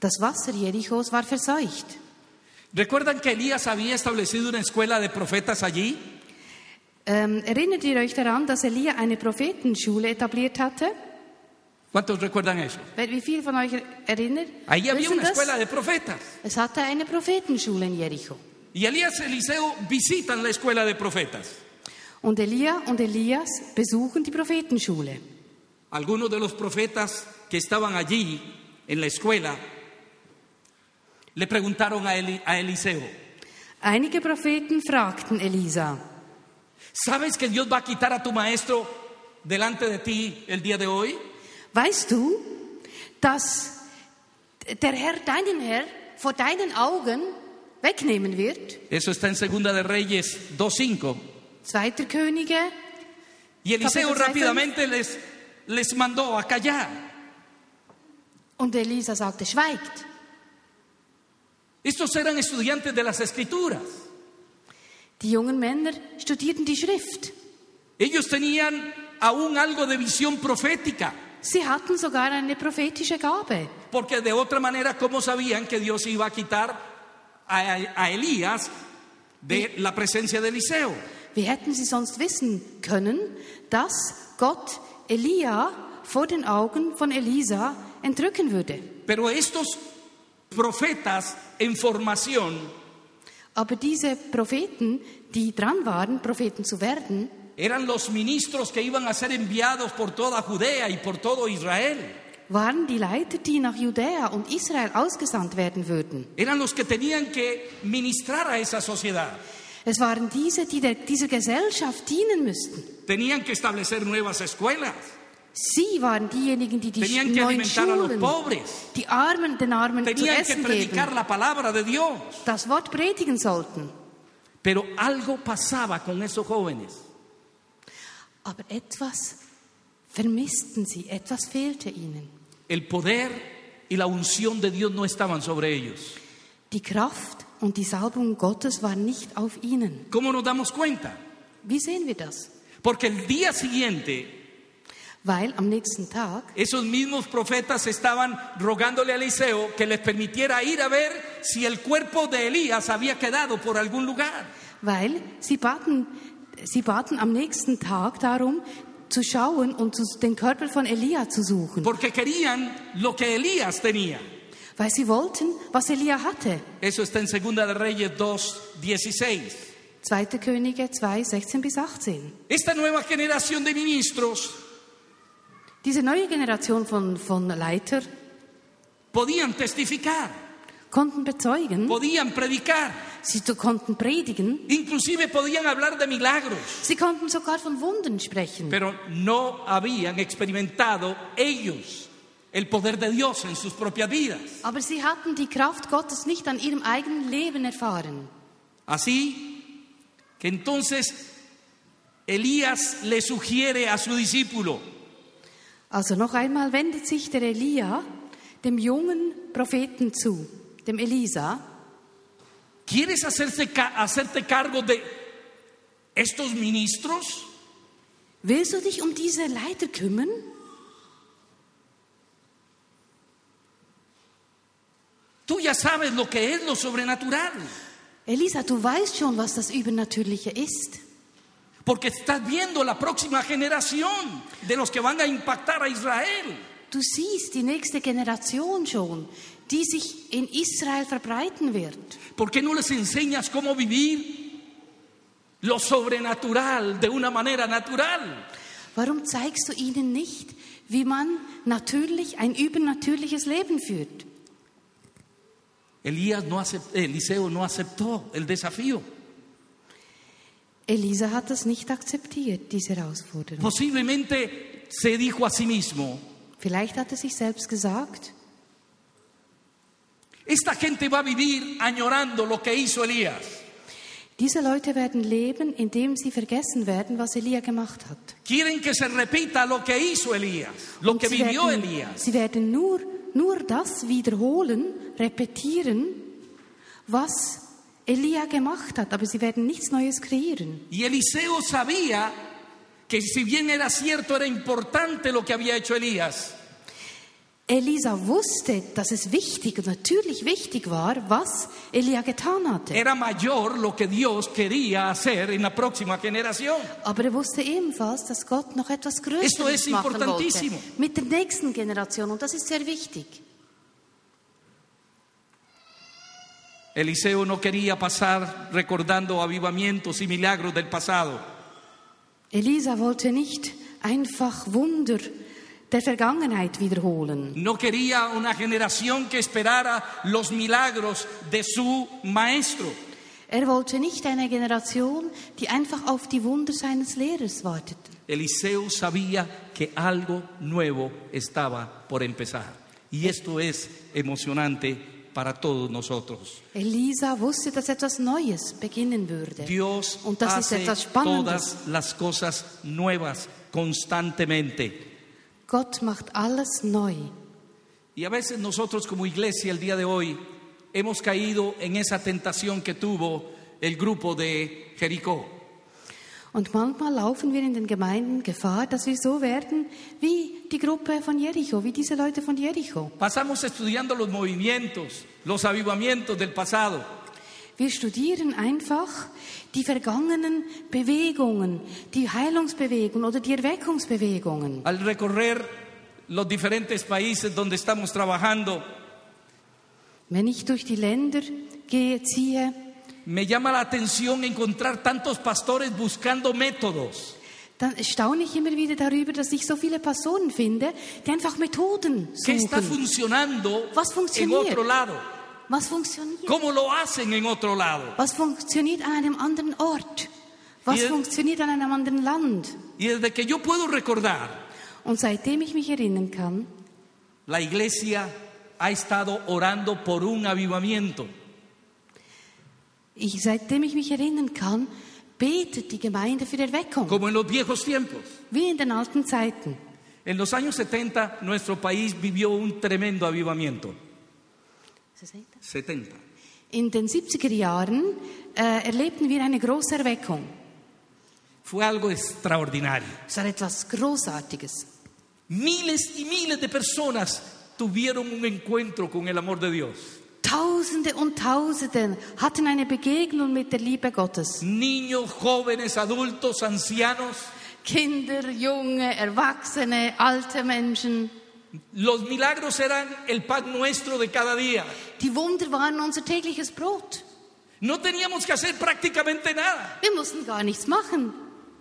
Speaker 2: Das Wasser Jerichos war verseucht.
Speaker 1: ¿Recuerdan que Elías había establecido una escuela de profetas allí?
Speaker 2: Ähm, erinnert ihr euch daran, dass Elia eine Prophetenschule etabliert hatte?
Speaker 1: ¿Cuántos recuerdan eso?
Speaker 2: Wer- Wie viele von euch erinnert?
Speaker 1: Ahí había
Speaker 2: wissen
Speaker 1: una
Speaker 2: das?
Speaker 1: escuela de profetas.
Speaker 2: Es hatte eine Prophetenschule in Jericho.
Speaker 1: Y Elías y Eliseo visitan la escuela de profetas.
Speaker 2: Und Elia und Elias besuchen die Prophetenschule.
Speaker 1: Algunos de los profetas que estaban allí en la escuela le preguntaron a, Eli- a Eliseo,
Speaker 2: Einige Propheten fragten Elisa,
Speaker 1: ¿sabes que Dios va a quitar a tu maestro delante de ti el día de hoy?
Speaker 2: weißt du, dass der Herr deinen Herr vor deinen Augen wegnehmen wird?
Speaker 1: Eso está en Segunda de Reyes 2.5.
Speaker 2: Zweiter Könige.
Speaker 1: Y Eliseo
Speaker 2: Capítulo
Speaker 1: rápidamente les, les mandó a callar.
Speaker 2: Und Elisa sagte, schweigt.
Speaker 1: Estos eran estudiantes de las escrituras.
Speaker 2: Die jungen Männer studierten die Schrift.
Speaker 1: Ellos tenían aún algo de visión profética,
Speaker 2: Sie hatten sogar eine prophetische Gabe.
Speaker 1: porque de otra manera, ¿cómo sabían que Dios iba a quitar a, a Elías de la presencia de Eliseo?
Speaker 2: Wie hätten sie sonst wissen können, dass Gott Elia vor den Augen von Elisa entrücken würde?
Speaker 1: Pero estos profetas en formación
Speaker 2: Aber diese Propheten, die dran waren, Propheten zu werden,
Speaker 1: eran los ministros que iban a ser enviados por toda Judea y por todo Israel.
Speaker 2: waren die Leiter, die nach Judäa und Israel ausgesandt werden würden.
Speaker 1: Eran los que tenían que ministrar a esa sociedad.
Speaker 2: Es waren diese, die der, dieser Gesellschaft dienen müssten.
Speaker 1: Tenían que establecer nuevas escuelas,
Speaker 2: Sie waren diejenigen, die die
Speaker 1: tenían
Speaker 2: Sch-
Speaker 1: que
Speaker 2: neuen
Speaker 1: alimentar a los
Speaker 2: Schulen,
Speaker 1: pobres,
Speaker 2: die Armen den Armen zu
Speaker 1: tenían que
Speaker 2: essen
Speaker 1: predicar
Speaker 2: geben,
Speaker 1: la palabra de Dios.
Speaker 2: das Wort predigen sollten.
Speaker 1: Pero algo pasaba con esos jóvenes.
Speaker 2: Aber etwas vermissten sie, etwas fehlte ihnen.
Speaker 1: El poder y la unción de Dios no estaban sobre ellos.
Speaker 2: Die Kraft und die Salbung Gottes war nicht auf ihnen.
Speaker 1: ¿Cómo nos damos cuenta?
Speaker 2: Wie sehen wir das?
Speaker 1: Porque el día siguiente
Speaker 2: Weil am nächsten Tag
Speaker 1: esos mismos profetas estaban rogándole a Eliseo que les permitiera ir a ver si el cuerpo de Elías había quedado por algún lugar.
Speaker 2: Weil sie baten, sie baten am nächsten Tag darum, zu schauen und zu, den Körper von Elia zu suchen,
Speaker 1: Porque querían lo que Elías tenía.
Speaker 2: weil sie wollten, was Elia hatte.
Speaker 1: Eso está en Segunda de Reyes 2:16.
Speaker 2: 2. Könige 2, 16 bis 18.
Speaker 1: Esta nueva generación de ministros
Speaker 2: Diese neue Generation von, von Leiter
Speaker 1: podían testificar,
Speaker 2: konnten bezeugen,
Speaker 1: podían predicar,
Speaker 2: sie zu- konnten predigen,
Speaker 1: inclusive podían hablar de milagros,
Speaker 2: sie konnten sogar von Wunden sprechen.
Speaker 1: pero no habían experimentado ellos el poder de Dios en sus propias vidas.
Speaker 2: Aber sie hatten die Kraft Gottes nicht an ihrem eigenen Leben erfahren.
Speaker 1: Así que entonces Elías le sugiere a su discípulo,
Speaker 2: Also noch einmal wendet sich der Elia dem jungen Propheten zu, dem Elisa,
Speaker 1: ¿quieres hacerse ca- hacerte cargo de estos ministros?
Speaker 2: Willst du dich um diese Leiter kümmern?
Speaker 1: Tú ya sabes lo que es lo sobrenatural,
Speaker 2: Elisa, du weißt schon, was das Übernatürliche ist.
Speaker 1: porque estás viendo la próxima generación de los que van a impactar a Israel.
Speaker 2: du siehst die nächste Generation schon, die sich in Israel verbreiten wird.
Speaker 1: ¿Por qué no les enseñas cómo vivir lo sobrenatural de una manera natural?
Speaker 2: Warum zeigst du ihnen nicht, wie man natürlich ein übernatürliches Leben führt?
Speaker 1: Elías no acep- Eliseo no aceptó el desafío.
Speaker 2: Elisa hat das nicht akzeptiert, diese Herausforderung.
Speaker 1: Posiblemente se dijo a sí mismo,
Speaker 2: Vielleicht hat er sich selbst gesagt,
Speaker 1: esta gente va a vivir añorando lo que hizo Elías.
Speaker 2: diese Leute werden leben, indem sie vergessen werden, was Elia gemacht hat.
Speaker 1: Quieren que se repita lo que hizo Elías, lo
Speaker 2: Und
Speaker 1: que
Speaker 2: sie
Speaker 1: vivió
Speaker 2: werden,
Speaker 1: Elías.
Speaker 2: Sie werden nur, nur das wiederholen, repetieren, was Elia gemacht hat, aber sie werden nichts Neues kreieren.
Speaker 1: Y Eliseo sabía que si bien era cierto, era importante lo que había hecho Elías,
Speaker 2: Elisa wusste, dass es wichtig und natürlich wichtig war, was Elia getan hatte.
Speaker 1: era mayor lo que Dios quería hacer en la próxima generación.
Speaker 2: Aber er wusste ebenfalls, dass Gott noch etwas Größeres
Speaker 1: es
Speaker 2: machen wollte
Speaker 1: importantísimo.
Speaker 2: mit der nächsten Generation. Und das ist sehr wichtig.
Speaker 1: Eliseo no quería pasar recordando avivamientos y milagros del pasado.
Speaker 2: Elisa wollte nicht einfach Wunder der Vergangenheit wiederholen.
Speaker 1: No quería una generación que esperara los milagros de su maestro.
Speaker 2: Er wollte nicht eine Generation, die einfach auf die Wunder seines Lehrers wartet.
Speaker 1: Eliseo sabía que algo nuevo estaba por empezar. Y esto es emocionante para todos nosotros.
Speaker 2: Elisa wusste, dass etwas Neues beginnen würde.
Speaker 1: Dios
Speaker 2: Und das ist
Speaker 1: hace
Speaker 2: etwas Spannendes.
Speaker 1: todas las cosas nuevas constantemente.
Speaker 2: Gott macht alles neu.
Speaker 1: Y a veces nosotros como iglesia el día de hoy hemos caído en esa tentación que tuvo el grupo de Jericó.
Speaker 2: Und manchmal laufen wir in den Gemeinden Gefahr, dass wir so werden wie die Gruppe von Jericho, wie diese Leute von Jericho.
Speaker 1: Pasamos estudiando los movimientos, los avivamientos del pasado,
Speaker 2: Wir studieren einfach die vergangenen Bewegungen, die Heilungsbewegungen oder die Erweckungsbewegungen.
Speaker 1: al recorrer los diferentes países donde estamos trabajando.
Speaker 2: Wenn ich durch die Länder gehe, ziehe,
Speaker 1: Me llama la atención encontrar tantos pastores buscando métodos.
Speaker 2: dann staune ich immer wieder darüber, dass ich so viele Personen finde, die einfach Methoden
Speaker 1: ¿Qué está
Speaker 2: suchen.
Speaker 1: funcionando
Speaker 2: Was
Speaker 1: en
Speaker 2: funktioniert?
Speaker 1: otro lado?
Speaker 2: Was funktioniert?
Speaker 1: ¿Cómo lo hacen en otro lado?
Speaker 2: Was funktioniert an einem anderen Ort? Was
Speaker 1: Hier-
Speaker 2: funktioniert an einem anderen Land?
Speaker 1: Y desde que yo puedo recordar,
Speaker 2: Und seitdem ich mich erinnern kann,
Speaker 1: La iglesia ha estado orando por un avivamiento.
Speaker 2: ich, seitdem ich mich erinnern kann, betet die Gemeinde für Erweckung,
Speaker 1: Como en los viejos tiempos.
Speaker 2: wie in den alten Zeiten.
Speaker 1: En los años 70 nuestro país vivió un tremendo avivamiento. 70.
Speaker 2: In den 70er Jahren äh, erlebten wir eine große Erweckung.
Speaker 1: Fue algo extraordinario.
Speaker 2: Es war etwas Großartiges.
Speaker 1: Miles y miles de personas tuvieron un encuentro con el amor de Dios.
Speaker 2: Tausende und Tausende hatten eine Begegnung mit der Liebe Gottes.
Speaker 1: Niños, jóvenes, adultos, ancianos.
Speaker 2: Kinder, junge, Erwachsene, alte Menschen.
Speaker 1: Los milagros eran el pan nuestro de cada día.
Speaker 2: Die Wunder waren unser tägliches Brot.
Speaker 1: No teníamos que hacer prácticamente nada.
Speaker 2: Wir mussten gar nichts machen.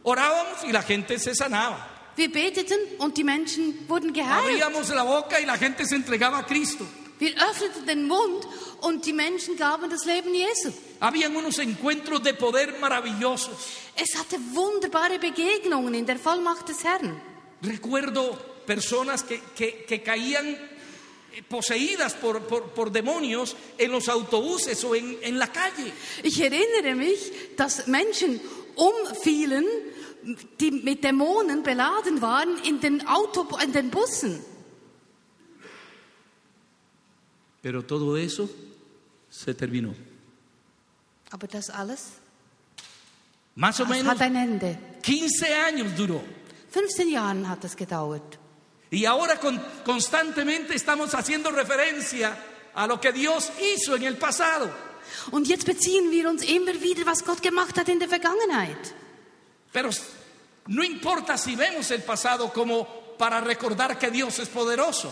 Speaker 1: Orábamos y la gente se sanaba.
Speaker 2: Wir beteten und die Menschen wurden geheilt.
Speaker 1: Abríamos la boca y la gente se entregaba a Cristo.
Speaker 2: Wir öffneten den Mund und die Menschen gaben das Leben Jesu.
Speaker 1: Habían unos encuentros de poder maravillosos.
Speaker 2: Es hatte wunderbare Begegnungen in der Vollmacht des Herrn.
Speaker 1: Recuerdo personas que, que- que caían eh, poseídas por, por- por demonios en los autobuses o en, en la calle.
Speaker 2: Ich erinnere mich, dass Menschen umfielen, die mit Dämonen beladen waren, in den, Auto, in den Bussen.
Speaker 1: Pero todo eso se terminó.
Speaker 2: Aber das alles
Speaker 1: Más o
Speaker 2: es
Speaker 1: menos
Speaker 2: hat ein Ende.
Speaker 1: 15 años duró.
Speaker 2: 15 Jahre hat es gedauert.
Speaker 1: Y ahora con- constantemente estamos haciendo referencia a lo que Dios hizo en el pasado.
Speaker 2: Und jetzt beziehen wir uns immer wieder, was Gott gemacht hat in der Vergangenheit.
Speaker 1: Pero no importa si vemos el pasado como para recordar que Dios es poderoso.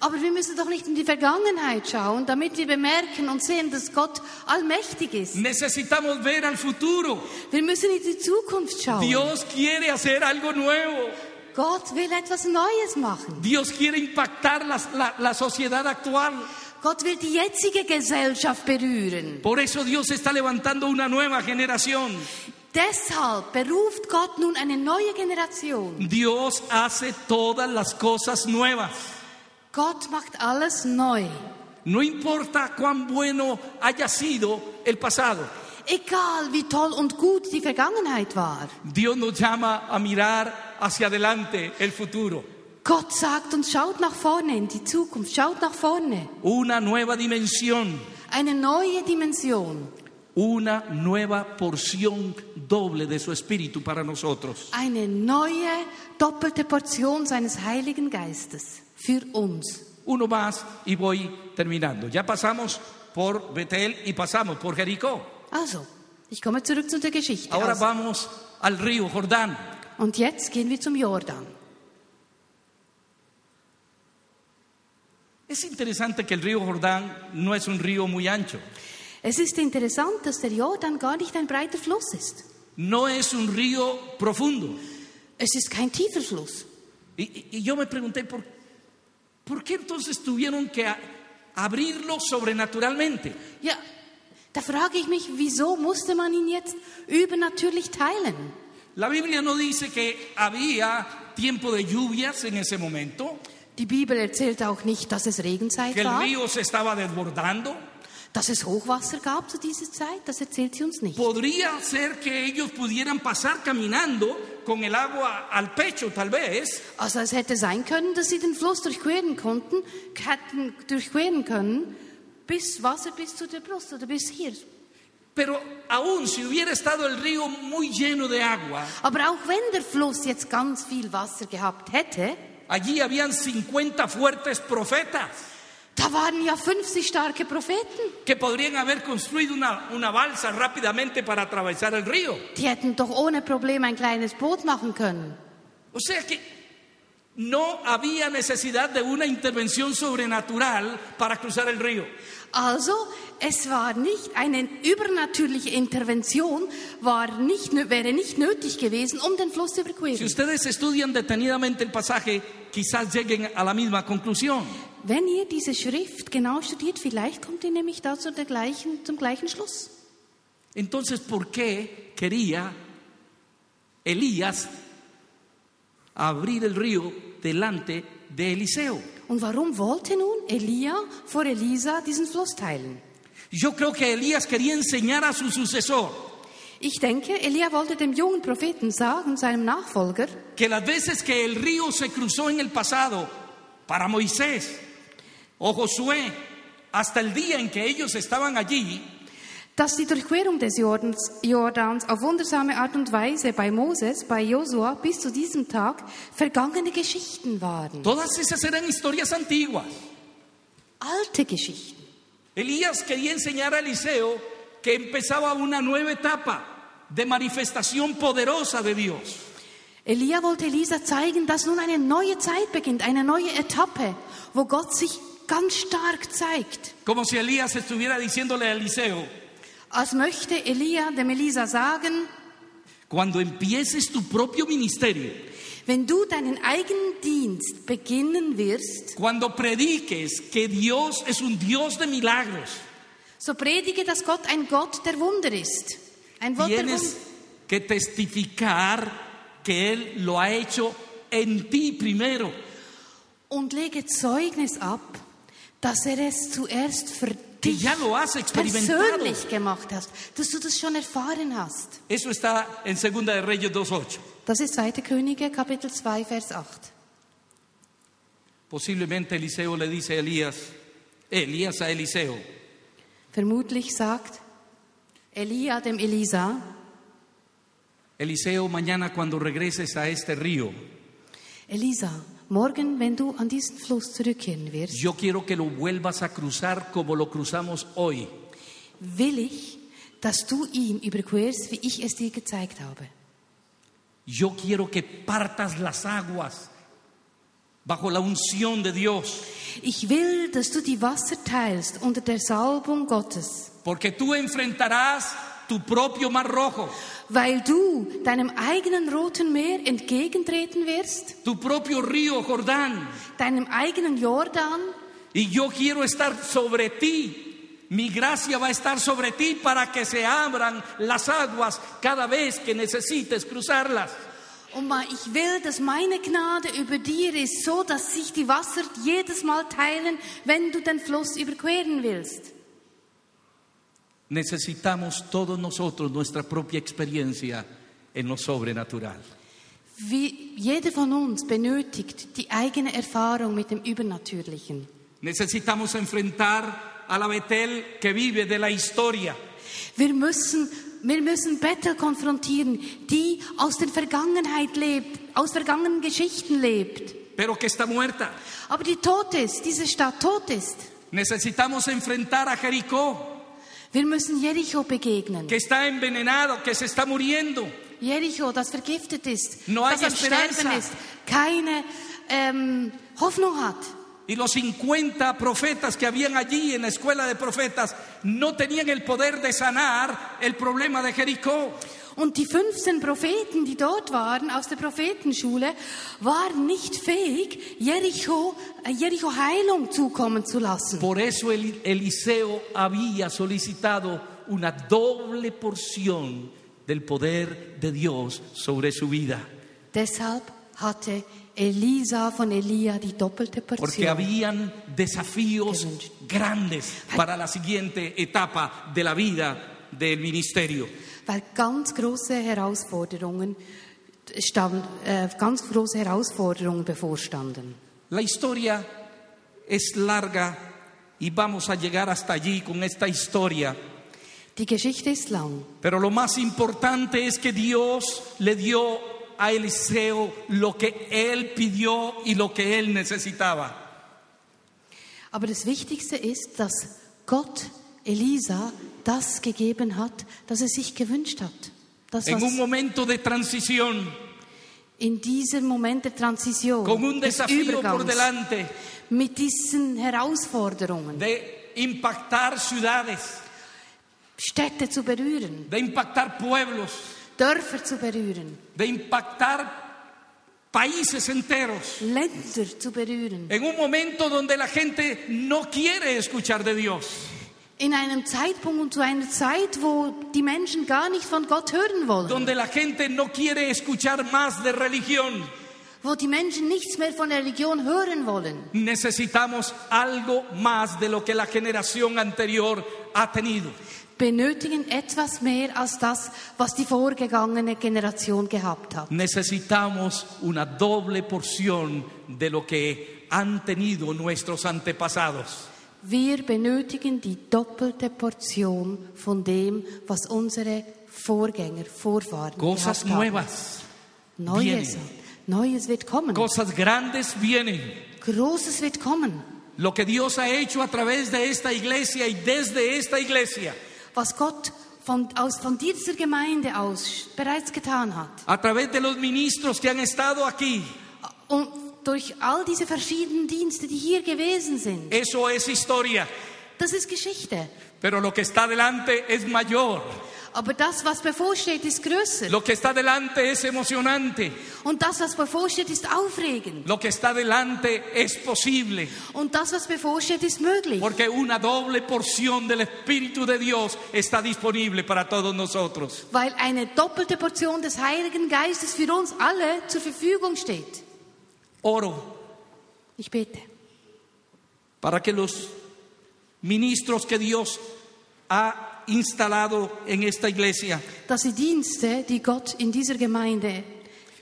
Speaker 2: Aber wir müssen doch nicht in die Vergangenheit schauen, damit wir bemerken und sehen, dass Gott allmächtig ist.
Speaker 1: Necesitamos ver al futuro.
Speaker 2: Wir müssen in die Zukunft schauen.
Speaker 1: Dios quiere hacer algo nuevo.
Speaker 2: Gott will etwas Neues machen.
Speaker 1: Dios quiere impactar las- la, la sociedad actual.
Speaker 2: Gott will die jetzige Gesellschaft berühren.
Speaker 1: Por eso Dios está levantando una nueva generación.
Speaker 2: Deshalb beruft Gott nun eine neue Generation.
Speaker 1: Dios hace todas las cosas nuevas.
Speaker 2: Gott macht alles neu.
Speaker 1: No importa cuán bueno haya sido el pasado.
Speaker 2: Egal wie toll und gut die Vergangenheit war.
Speaker 1: Dios nos llama a mirar hacia adelante el futuro.
Speaker 2: Gott sagt uns, schaut nach vorne in die Zukunft, schaut nach vorne.
Speaker 1: Una nueva dimensión,
Speaker 2: Eine neue Dimension,
Speaker 1: una nueva porción doble de su espíritu para nosotros.
Speaker 2: eine neue doppelte Portion seines Heiligen Geistes für uns.
Speaker 1: Uno más y voy terminando. Ya pasamos por Betel y pasamos por Jericó.
Speaker 2: Also, ich komme zurück zu der Geschichte.
Speaker 1: Ahora
Speaker 2: Also,
Speaker 1: vamos al río Jordán.
Speaker 2: und jetzt gehen wir zum Jordan.
Speaker 1: Es interesante que el río Jordán no es un río muy ancho.
Speaker 2: Es ist interessant, dass der Jordan gar nicht ein breiter Fluss ist.
Speaker 1: No es un río profundo.
Speaker 2: Es ist kein tiefer Fluss.
Speaker 1: Y- Y, y yo me pregunté, ¿por, ¿por qué entonces tuvieron que a- abrirlo sobrenaturalmente?
Speaker 2: Ja, da frage ich mich, wieso musste man ihn jetzt übernatürlich teilen?
Speaker 1: La Biblia no dice que había tiempo de lluvias en ese momento,
Speaker 2: Die Bibel erzählt auch nicht, dass es Regenzeit
Speaker 1: que el
Speaker 2: war,
Speaker 1: río se estaba desbordando.
Speaker 2: dass es Hochwasser gab zu dieser Zeit. Das erzählt sie uns nicht.
Speaker 1: Podría ser que ellos pudieran pasar caminando con el agua al pecho, tal vez,
Speaker 2: Also es hätte sein können, dass sie den Fluss durchqueren konnten, hätten durchqueren können, bis Wasser bis zu der Brust oder bis hier.
Speaker 1: pero aún si hubiera estado el río muy lleno de agua,
Speaker 2: Aber auch wenn der Fluss jetzt ganz viel Wasser gehabt hätte,
Speaker 1: allí habían 50 fuertes profetas
Speaker 2: da waren ja 50 starke Propheten.
Speaker 1: que podrían haber construido una, una balsa rápidamente para atravesar el río.
Speaker 2: Die hätten doch ohne Problem ein kleines Boot machen können.
Speaker 1: O sea que no había necesidad de una intervención sobrenatural para cruzar el río.
Speaker 2: Also, es war nicht eine übernatürliche Intervention, war nicht, nö- wäre nicht nötig gewesen, um den Fluss zu
Speaker 1: Si
Speaker 2: überqueren.
Speaker 1: ustedes estudian detenidamente el pasaje, quizás lleguen a la misma conclusión.
Speaker 2: Wenn ihr diese Schrift genau studiert, vielleicht kommt ihr nämlich dazu der gleichen, zum gleichen Schluss.
Speaker 1: Entonces, ¿por qué quería Elías abrir el río delante de Eliseo?
Speaker 2: Und warum wollte nun Elia vor Elisa diesen Fluss teilen?
Speaker 1: Yo creo que Elías quería enseñar a su sucesor
Speaker 2: Ich denke, Elia wollte dem jungen Propheten sagen, seinem Nachfolger,
Speaker 1: que las veces que el río se cruzó en el pasado para Moisés o Josué, hasta el día en que ellos estaban allí,
Speaker 2: dass die Durchquerung des Jordans, Jordans auf wundersame Art und Weise bei Moses, bei Josua bis zu diesem Tag vergangene Geschichten waren.
Speaker 1: todas esas eran historias antiguas.
Speaker 2: Alte Geschichten.
Speaker 1: Elías quería enseñar a Eliseo que empezaba una nueva etapa de manifestación poderosa de Dios.
Speaker 2: Elia wollte Elisa zeigen, dass nun eine neue Zeit beginnt, eine neue Etappe, wo Gott sich ganz stark zeigt.
Speaker 1: Como si Elías estuviera diciéndole a Eliseo,
Speaker 2: Als möchte Elia dem Elisa sagen,
Speaker 1: cuando empieces tu propio ministerio,
Speaker 2: wenn du deinen eigenen Dienst beginnen wirst,
Speaker 1: cuando prediques que Dios es un Dios de milagros,
Speaker 2: so predige, dass Gott ein Gott der Wunder ist. Ein Gott der Wunder.
Speaker 1: tienes que testificar que Él lo ha hecho en ti primero.
Speaker 2: Und lege Zeugnis ab, dass er es zuerst für
Speaker 1: Que
Speaker 2: dich
Speaker 1: ya lo has experimentado.
Speaker 2: persönlich gemacht hast, dass du das schon erfahren hast.
Speaker 1: Eso está en Segunda de Reyes 2.8.
Speaker 2: Das ist 2. Könige, Kapitel 2, Vers 8.
Speaker 1: Posiblemente Eliseo le dice a Elías, "Eh, Elías a Eliseo,
Speaker 2: Vermutlich sagt Elia dem Elisa,
Speaker 1: Eliseo, mañana cuando regreses a este río,
Speaker 2: Elisa, morgen, wenn du an diesen Fluss zurückkehren wirst,
Speaker 1: yo quiero que lo vuelvas a cruzar como lo cruzamos hoy.
Speaker 2: will ich, dass du ihn überquerst, wie ich es dir gezeigt habe.
Speaker 1: Yo quiero que partas las aguas bajo la unción de Dios,
Speaker 2: Ich will, dass du die Wasser teilst unter der Salbung Gottes,
Speaker 1: porque tú enfrentarás tu propio mar rojo,
Speaker 2: weil du deinem eigenen roten Meer entgegentreten wirst,
Speaker 1: tu propio río Jordán,
Speaker 2: deinem eigenen Jordan.
Speaker 1: y yo quiero estar sobre ti. Mi gracia va a estar sobre ti para que se abran las aguas cada vez que necesites cruzarlas.
Speaker 2: Und ma- ich will, dass meine Gnade über dir ist, so dass sich die Wasser jedes Mal teilen, wenn du den Fluss überqueren willst.
Speaker 1: Necesitamos todos nosotros nuestra propia experiencia en lo sobrenatural.
Speaker 2: Wie jeder von uns benötigt die eigene Erfahrung mit dem Übernatürlichen.
Speaker 1: Necesitamos enfrentar a la Betel que vive de la historia.
Speaker 2: Wir müssen, wir müssen Bethel konfrontieren, die aus der Vergangenheit lebt, aus vergangenen Geschichten lebt.
Speaker 1: pero que está muerta.
Speaker 2: Aber die tot ist, diese Stadt tot ist.
Speaker 1: Necesitamos enfrentar a Jericó,
Speaker 2: Wir müssen Jericho begegnen.
Speaker 1: que está envenenado, que se está muriendo.
Speaker 2: Jericho, das vergiftet ist,
Speaker 1: No
Speaker 2: das
Speaker 1: hay
Speaker 2: am Sterben
Speaker 1: esperanza.
Speaker 2: ist, keine ähm, Hoffnung hat.
Speaker 1: Y los 50 profetas que habían allí en la escuela de profetas no tenían el poder de sanar el problema de Jericó.
Speaker 2: Und die 15 Propheten, die dort waren, aus der Prophetenschule, waren nicht fähig, Jericho, äh, Jericho Heilung zukommen zu lassen.
Speaker 1: Por eso el- Eliseo había solicitado una doble porción del poder de Dios sobre su vida,
Speaker 2: Deshalb hatte Elisa von Elia die doppelte
Speaker 1: porque
Speaker 2: Portion,
Speaker 1: habían desafíos grandes para la siguiente etapa de la vida del ministerio.
Speaker 2: weil ganz große Herausforderungen, stand, äh, ganz große Herausforderungen bevorstanden.
Speaker 1: La historia es larga y vamos a llegar hasta allí con esta historia,
Speaker 2: Die Geschichte ist lang,
Speaker 1: pero lo más importante es que Dios le dio a Eliseo lo que él pidió y lo que él necesitaba.
Speaker 2: aber das Wichtigste ist, dass Gott Elisa das gegeben hat, das er sich gewünscht hat. Das,
Speaker 1: En un
Speaker 2: was
Speaker 1: momento de transición,
Speaker 2: in diesem Moment der Transition,
Speaker 1: con un
Speaker 2: des
Speaker 1: desafío por
Speaker 2: Übergangs,
Speaker 1: delante
Speaker 2: mit diesen Herausforderungen,
Speaker 1: de impactar ciudades,
Speaker 2: Städte zu berühren,
Speaker 1: de impactar pueblos,
Speaker 2: Dörfer zu berühren,
Speaker 1: de impactar países enteros,
Speaker 2: Länder zu berühren.
Speaker 1: en un momento donde la gente no quiere escuchar de Dios.
Speaker 2: In einem Zeitpunkt und zu einer Zeit, wo die Menschen gar nicht von Gott hören wollen,
Speaker 1: donde la gente no quiere escuchar más de religión.
Speaker 2: wo die Menschen nichts mehr von Religion hören wollen.
Speaker 1: Necesitamos algo más de lo que la generación anterior ha tenido.
Speaker 2: Benötigen etwas mehr als das, was die vorgegangene Generation gehabt hat.
Speaker 1: Necesitamos una doble porción de lo que han tenido nuestros antepasados.
Speaker 2: Wir benötigen die doppelte Portion von dem, was unsere Vorgänger, Vorfahren
Speaker 1: Cosas
Speaker 2: gehabt haben.
Speaker 1: nuevas,
Speaker 2: Neues,
Speaker 1: vienen.
Speaker 2: Neues wird kommen.
Speaker 1: cosas grandes vienen.
Speaker 2: Großes wird kommen.
Speaker 1: Lo que Dios ha hecho a través de esta iglesia y desde esta iglesia,
Speaker 2: Was Gott von, aus, von dieser Gemeinde aus bereits getan hat.
Speaker 1: a través de los ministros que han estado aquí,
Speaker 2: Und durch all diese verschiedenen Dienste, die hier gewesen sind,
Speaker 1: eso es historia.
Speaker 2: das ist Geschichte.
Speaker 1: Pero lo que está delante es mayor.
Speaker 2: Aber das, was bevorsteht, ist größer.
Speaker 1: Lo que está delante es emocionante.
Speaker 2: Und das, was bevorsteht, ist aufregend.
Speaker 1: Lo que está delante es posible.
Speaker 2: Und das, was bevorsteht, ist möglich.
Speaker 1: Porque una doble porción del Espíritu de Dios está disponible para todos nosotros.
Speaker 2: Weil eine doppelte Portion des Heiligen Geistes für uns alle zur Verfügung steht.
Speaker 1: Oro
Speaker 2: Ich bete.
Speaker 1: para que los ministros que Dios ha instalado en esta iglesia
Speaker 2: Dass die Dienste, die Gott in dieser Gemeinde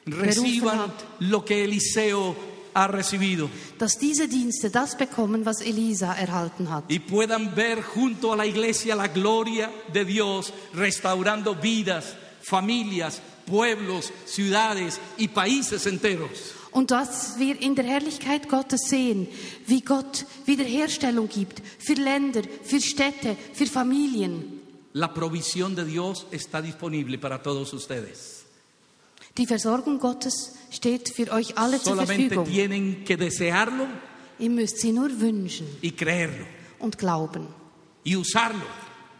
Speaker 2: berufen
Speaker 1: reciban
Speaker 2: hat,
Speaker 1: lo que Eliseo ha recibido
Speaker 2: dass diese Dienste das bekommen, was Elisa erhalten hat.
Speaker 1: y puedan ver junto a la iglesia la gloria de Dios restaurando vidas, familias, pueblos, ciudades y países enteros.
Speaker 2: Und dass wir in der Herrlichkeit Gottes sehen, wie Gott Wiederherstellung gibt für Länder, für Städte, für Familien.
Speaker 1: La provisión de Dios está disponible para todos ustedes.
Speaker 2: Die Versorgung Gottes steht für euch alle zur
Speaker 1: Solamente
Speaker 2: Verfügung.
Speaker 1: tienen que desearlo
Speaker 2: Ihr müsst sie nur wünschen
Speaker 1: y creerlo
Speaker 2: und glauben
Speaker 1: y usarlo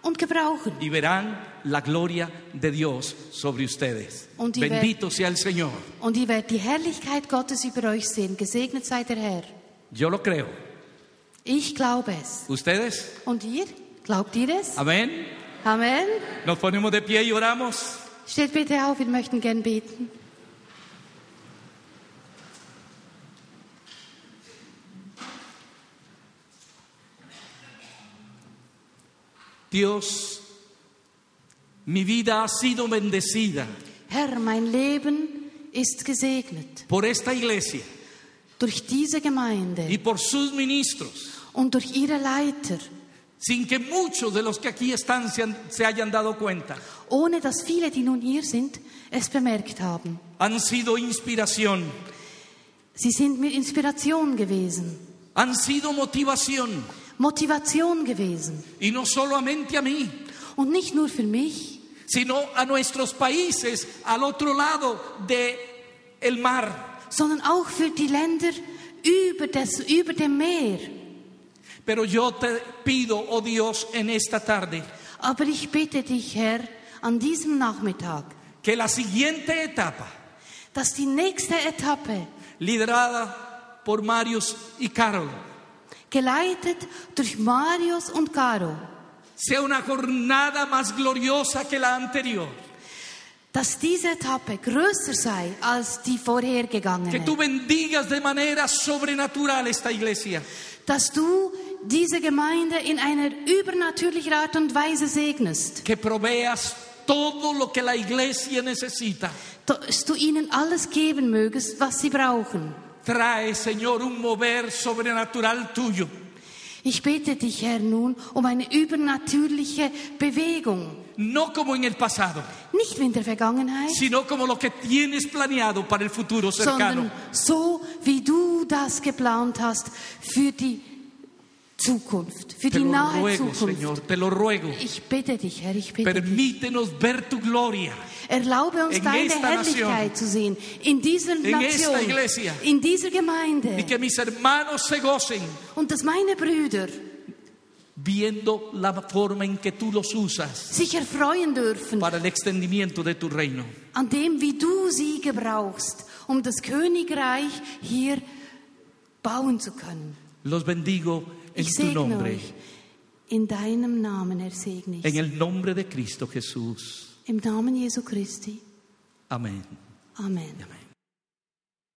Speaker 2: und gebrauchen.
Speaker 1: y verán la gloria de Dios sobre ustedes.
Speaker 2: Und die Welt-
Speaker 1: Bendito sea el Señor.
Speaker 2: Und ihr werdet die Herrlichkeit Gottes über euch sehen. Gesegnet sei der Herr.
Speaker 1: Yo lo creo.
Speaker 2: Ich glaube es.
Speaker 1: ¿Ustedes?
Speaker 2: Und ihr? Glaubt ihr es?
Speaker 1: Amén.
Speaker 2: Amen.
Speaker 1: Nos ponemos de pie y oramos.
Speaker 2: Steht bitte auf, wir möchten gern beten.
Speaker 1: Dios, mi vida ha sido bendecida
Speaker 2: Herr, mein Leben ist gesegnet
Speaker 1: por esta iglesia
Speaker 2: durch diese
Speaker 1: y
Speaker 2: Gemeinde
Speaker 1: por sus ministros,
Speaker 2: und durch ihre Leiter,
Speaker 1: sin que muchos de los que aquí están se, han- se hayan dado cuenta.
Speaker 2: ohne dass viele, die nun hier sind, es bemerkt haben.
Speaker 1: Han sido inspiración,
Speaker 2: Sie sind mir Inspiration gewesen,
Speaker 1: han sido motivación,
Speaker 2: Motivation gewesen.
Speaker 1: y no solamente a mí,
Speaker 2: Und nicht nur für mich,
Speaker 1: sino a nuestros países al otro lado de el mar.
Speaker 2: sondern auch für die Länder über, das, über dem Meer.
Speaker 1: Pero yo te pido, oh Dios, en esta tarde,
Speaker 2: Aber ich bitte dich, Herr, an diesem Nachmittag,
Speaker 1: que la siguiente etapa,
Speaker 2: dass die nächste Etappe,
Speaker 1: liderada por Marius y Carol,
Speaker 2: geleitet durch Marius und Caro,
Speaker 1: sea una jornada más gloriosa que la anterior.
Speaker 2: dass diese Etappe größer sei als die
Speaker 1: Que tú
Speaker 2: vorhergegangene,
Speaker 1: bendigas de manera sobrenatural esta iglesia.
Speaker 2: dass du diese Gemeinde in einer übernatürlichen Art und Weise segnest,
Speaker 1: Que proveas todo lo que la iglesia necesita.
Speaker 2: dass du ihnen alles geben mögest, was sie brauchen.
Speaker 1: Trae, Señor, un mover sobrenatural tuyo.
Speaker 2: Ich bete dich, Herr, nun um eine übernatürliche Bewegung,
Speaker 1: No como en el pasado,
Speaker 2: nicht wie in der Vergangenheit,
Speaker 1: sino como lo que tienes planeado para el futuro cercano.
Speaker 2: sondern so, wie du das geplant hast für die Zukunft, für
Speaker 1: Te
Speaker 2: die
Speaker 1: lo
Speaker 2: nahe
Speaker 1: ruego,
Speaker 2: Zukunft.
Speaker 1: Señor, te lo ruego.
Speaker 2: Ich bitte dich, Herr, ich bitte dich.
Speaker 1: Permítenos ver tu gloria.
Speaker 2: Erlaube uns
Speaker 1: En
Speaker 2: deine
Speaker 1: esta
Speaker 2: Herrlichkeit zu sehen in dieser
Speaker 1: En esta
Speaker 2: Nation,
Speaker 1: iglesia.
Speaker 2: in dieser Gemeinde
Speaker 1: Y que mis hermanos se gocen
Speaker 2: und dass meine Brüder
Speaker 1: viendo la forma en que tú los usas
Speaker 2: sich erfreuen dürfen
Speaker 1: para el extendimiento de tu reino.
Speaker 2: an dem, wie du sie gebrauchst, um das Königreich hier bauen zu können.
Speaker 1: Los bendigo en
Speaker 2: Ich
Speaker 1: tu
Speaker 2: segne
Speaker 1: nombre,
Speaker 2: euch. In deinem Namen, Herr, segne ich.
Speaker 1: en el nombre de Cristo Jesús.
Speaker 2: Im Namen Jesu Christi.
Speaker 1: Amén.
Speaker 2: Amen.
Speaker 1: Amén.